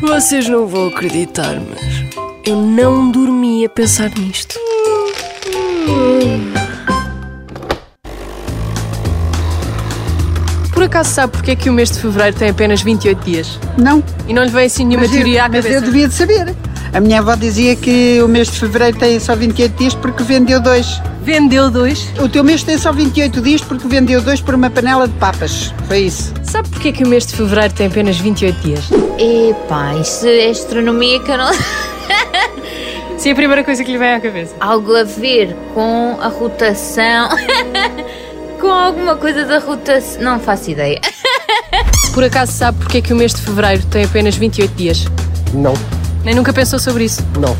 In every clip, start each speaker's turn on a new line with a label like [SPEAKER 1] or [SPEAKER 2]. [SPEAKER 1] Vocês não vão acreditar, mas eu não dormi a pensar nisto. Por acaso sabe porque é que o mês de fevereiro tem apenas 28 dias?
[SPEAKER 2] Não,
[SPEAKER 1] E não lhe vem assim nenhuma
[SPEAKER 2] mas,
[SPEAKER 1] teoria
[SPEAKER 2] eu,
[SPEAKER 1] à
[SPEAKER 2] mas
[SPEAKER 1] cabeça?
[SPEAKER 2] eu devia de saber. A minha avó dizia que o mês de fevereiro tem só 28 dias porque vendeu dois.
[SPEAKER 1] Vendeu dois?
[SPEAKER 2] O teu mês tem só 28 dias porque vendeu dois por uma panela de papas. Foi isso.
[SPEAKER 1] Sabe porque é que o mês de fevereiro tem apenas 28 dias?
[SPEAKER 3] Epá, isso é astronomia que eu não.
[SPEAKER 1] Sim, a primeira coisa que lhe vem à cabeça.
[SPEAKER 3] Algo a ver com a rotação. com alguma coisa da rotação. Não faço ideia.
[SPEAKER 1] Por acaso sabe porque é que o mês de fevereiro tem apenas 28 dias?
[SPEAKER 4] Não,
[SPEAKER 1] Nem nunca pensou sobre isso?
[SPEAKER 4] não,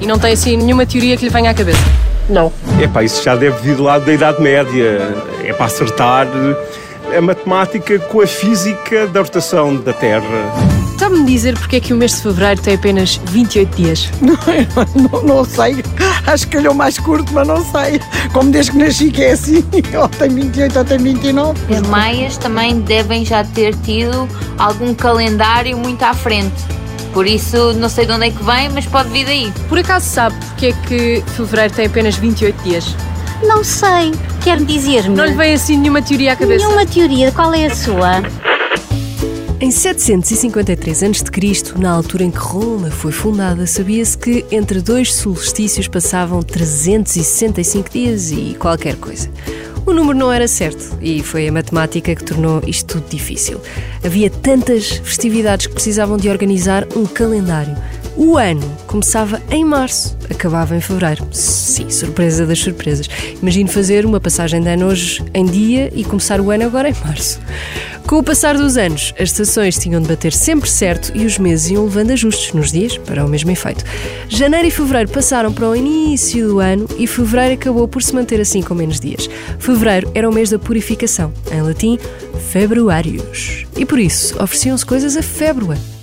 [SPEAKER 1] E não tem assim nenhuma teoria que lhe venha à cabeça?
[SPEAKER 4] não. É pá, isso já deve vir lá da Idade Média. É para acertar eh, a matemática com a física da rotação da Terra.
[SPEAKER 1] Sabe-me dizer porque é que o mês de fevereiro tem apenas 28 dias?
[SPEAKER 5] Não, não sei. Acho que calhou mais curto, mas não sei. Como desde que nasci que é assim. Ou tem 28 ou tem 29.
[SPEAKER 3] Os maias também devem já ter tido algum calendário muito à frente. Por isso, não sei de onde é que vem, mas pode vir daí.
[SPEAKER 1] Por acaso sabe porque é que fevereiro tem apenas 28 dias?
[SPEAKER 6] Não sei. Quer dizer-me
[SPEAKER 1] Não lhe vem assim nenhuma teoria à cabeça?
[SPEAKER 6] nenhuma teoria. Qual é a sua?
[SPEAKER 7] Em 753 a.C., na altura em que Roma foi fundada, sabia-se que entre dois solstícios passavam 365 dias e qualquer coisa. O número não era certo e foi a matemática que tornou isto tudo difícil. Havia tantas festividades que precisavam de organizar um calendário. O ano começava em março, acabava em fevereiro. Sim, surpresa das surpresas. Imagino fazer uma passagem de ano hoje em dia e começar o ano agora em março. Com o passar dos anos, as estações tinham de bater sempre certo e os meses iam levando ajustes nos dias para o mesmo efeito. Janeiro e fevereiro passaram para o início do ano e fevereiro acabou por se manter assim com menos dias. Fevereiro era o mês da purificação, em latim, februarius. E por isso, ofereciam-se coisas a Fébroa,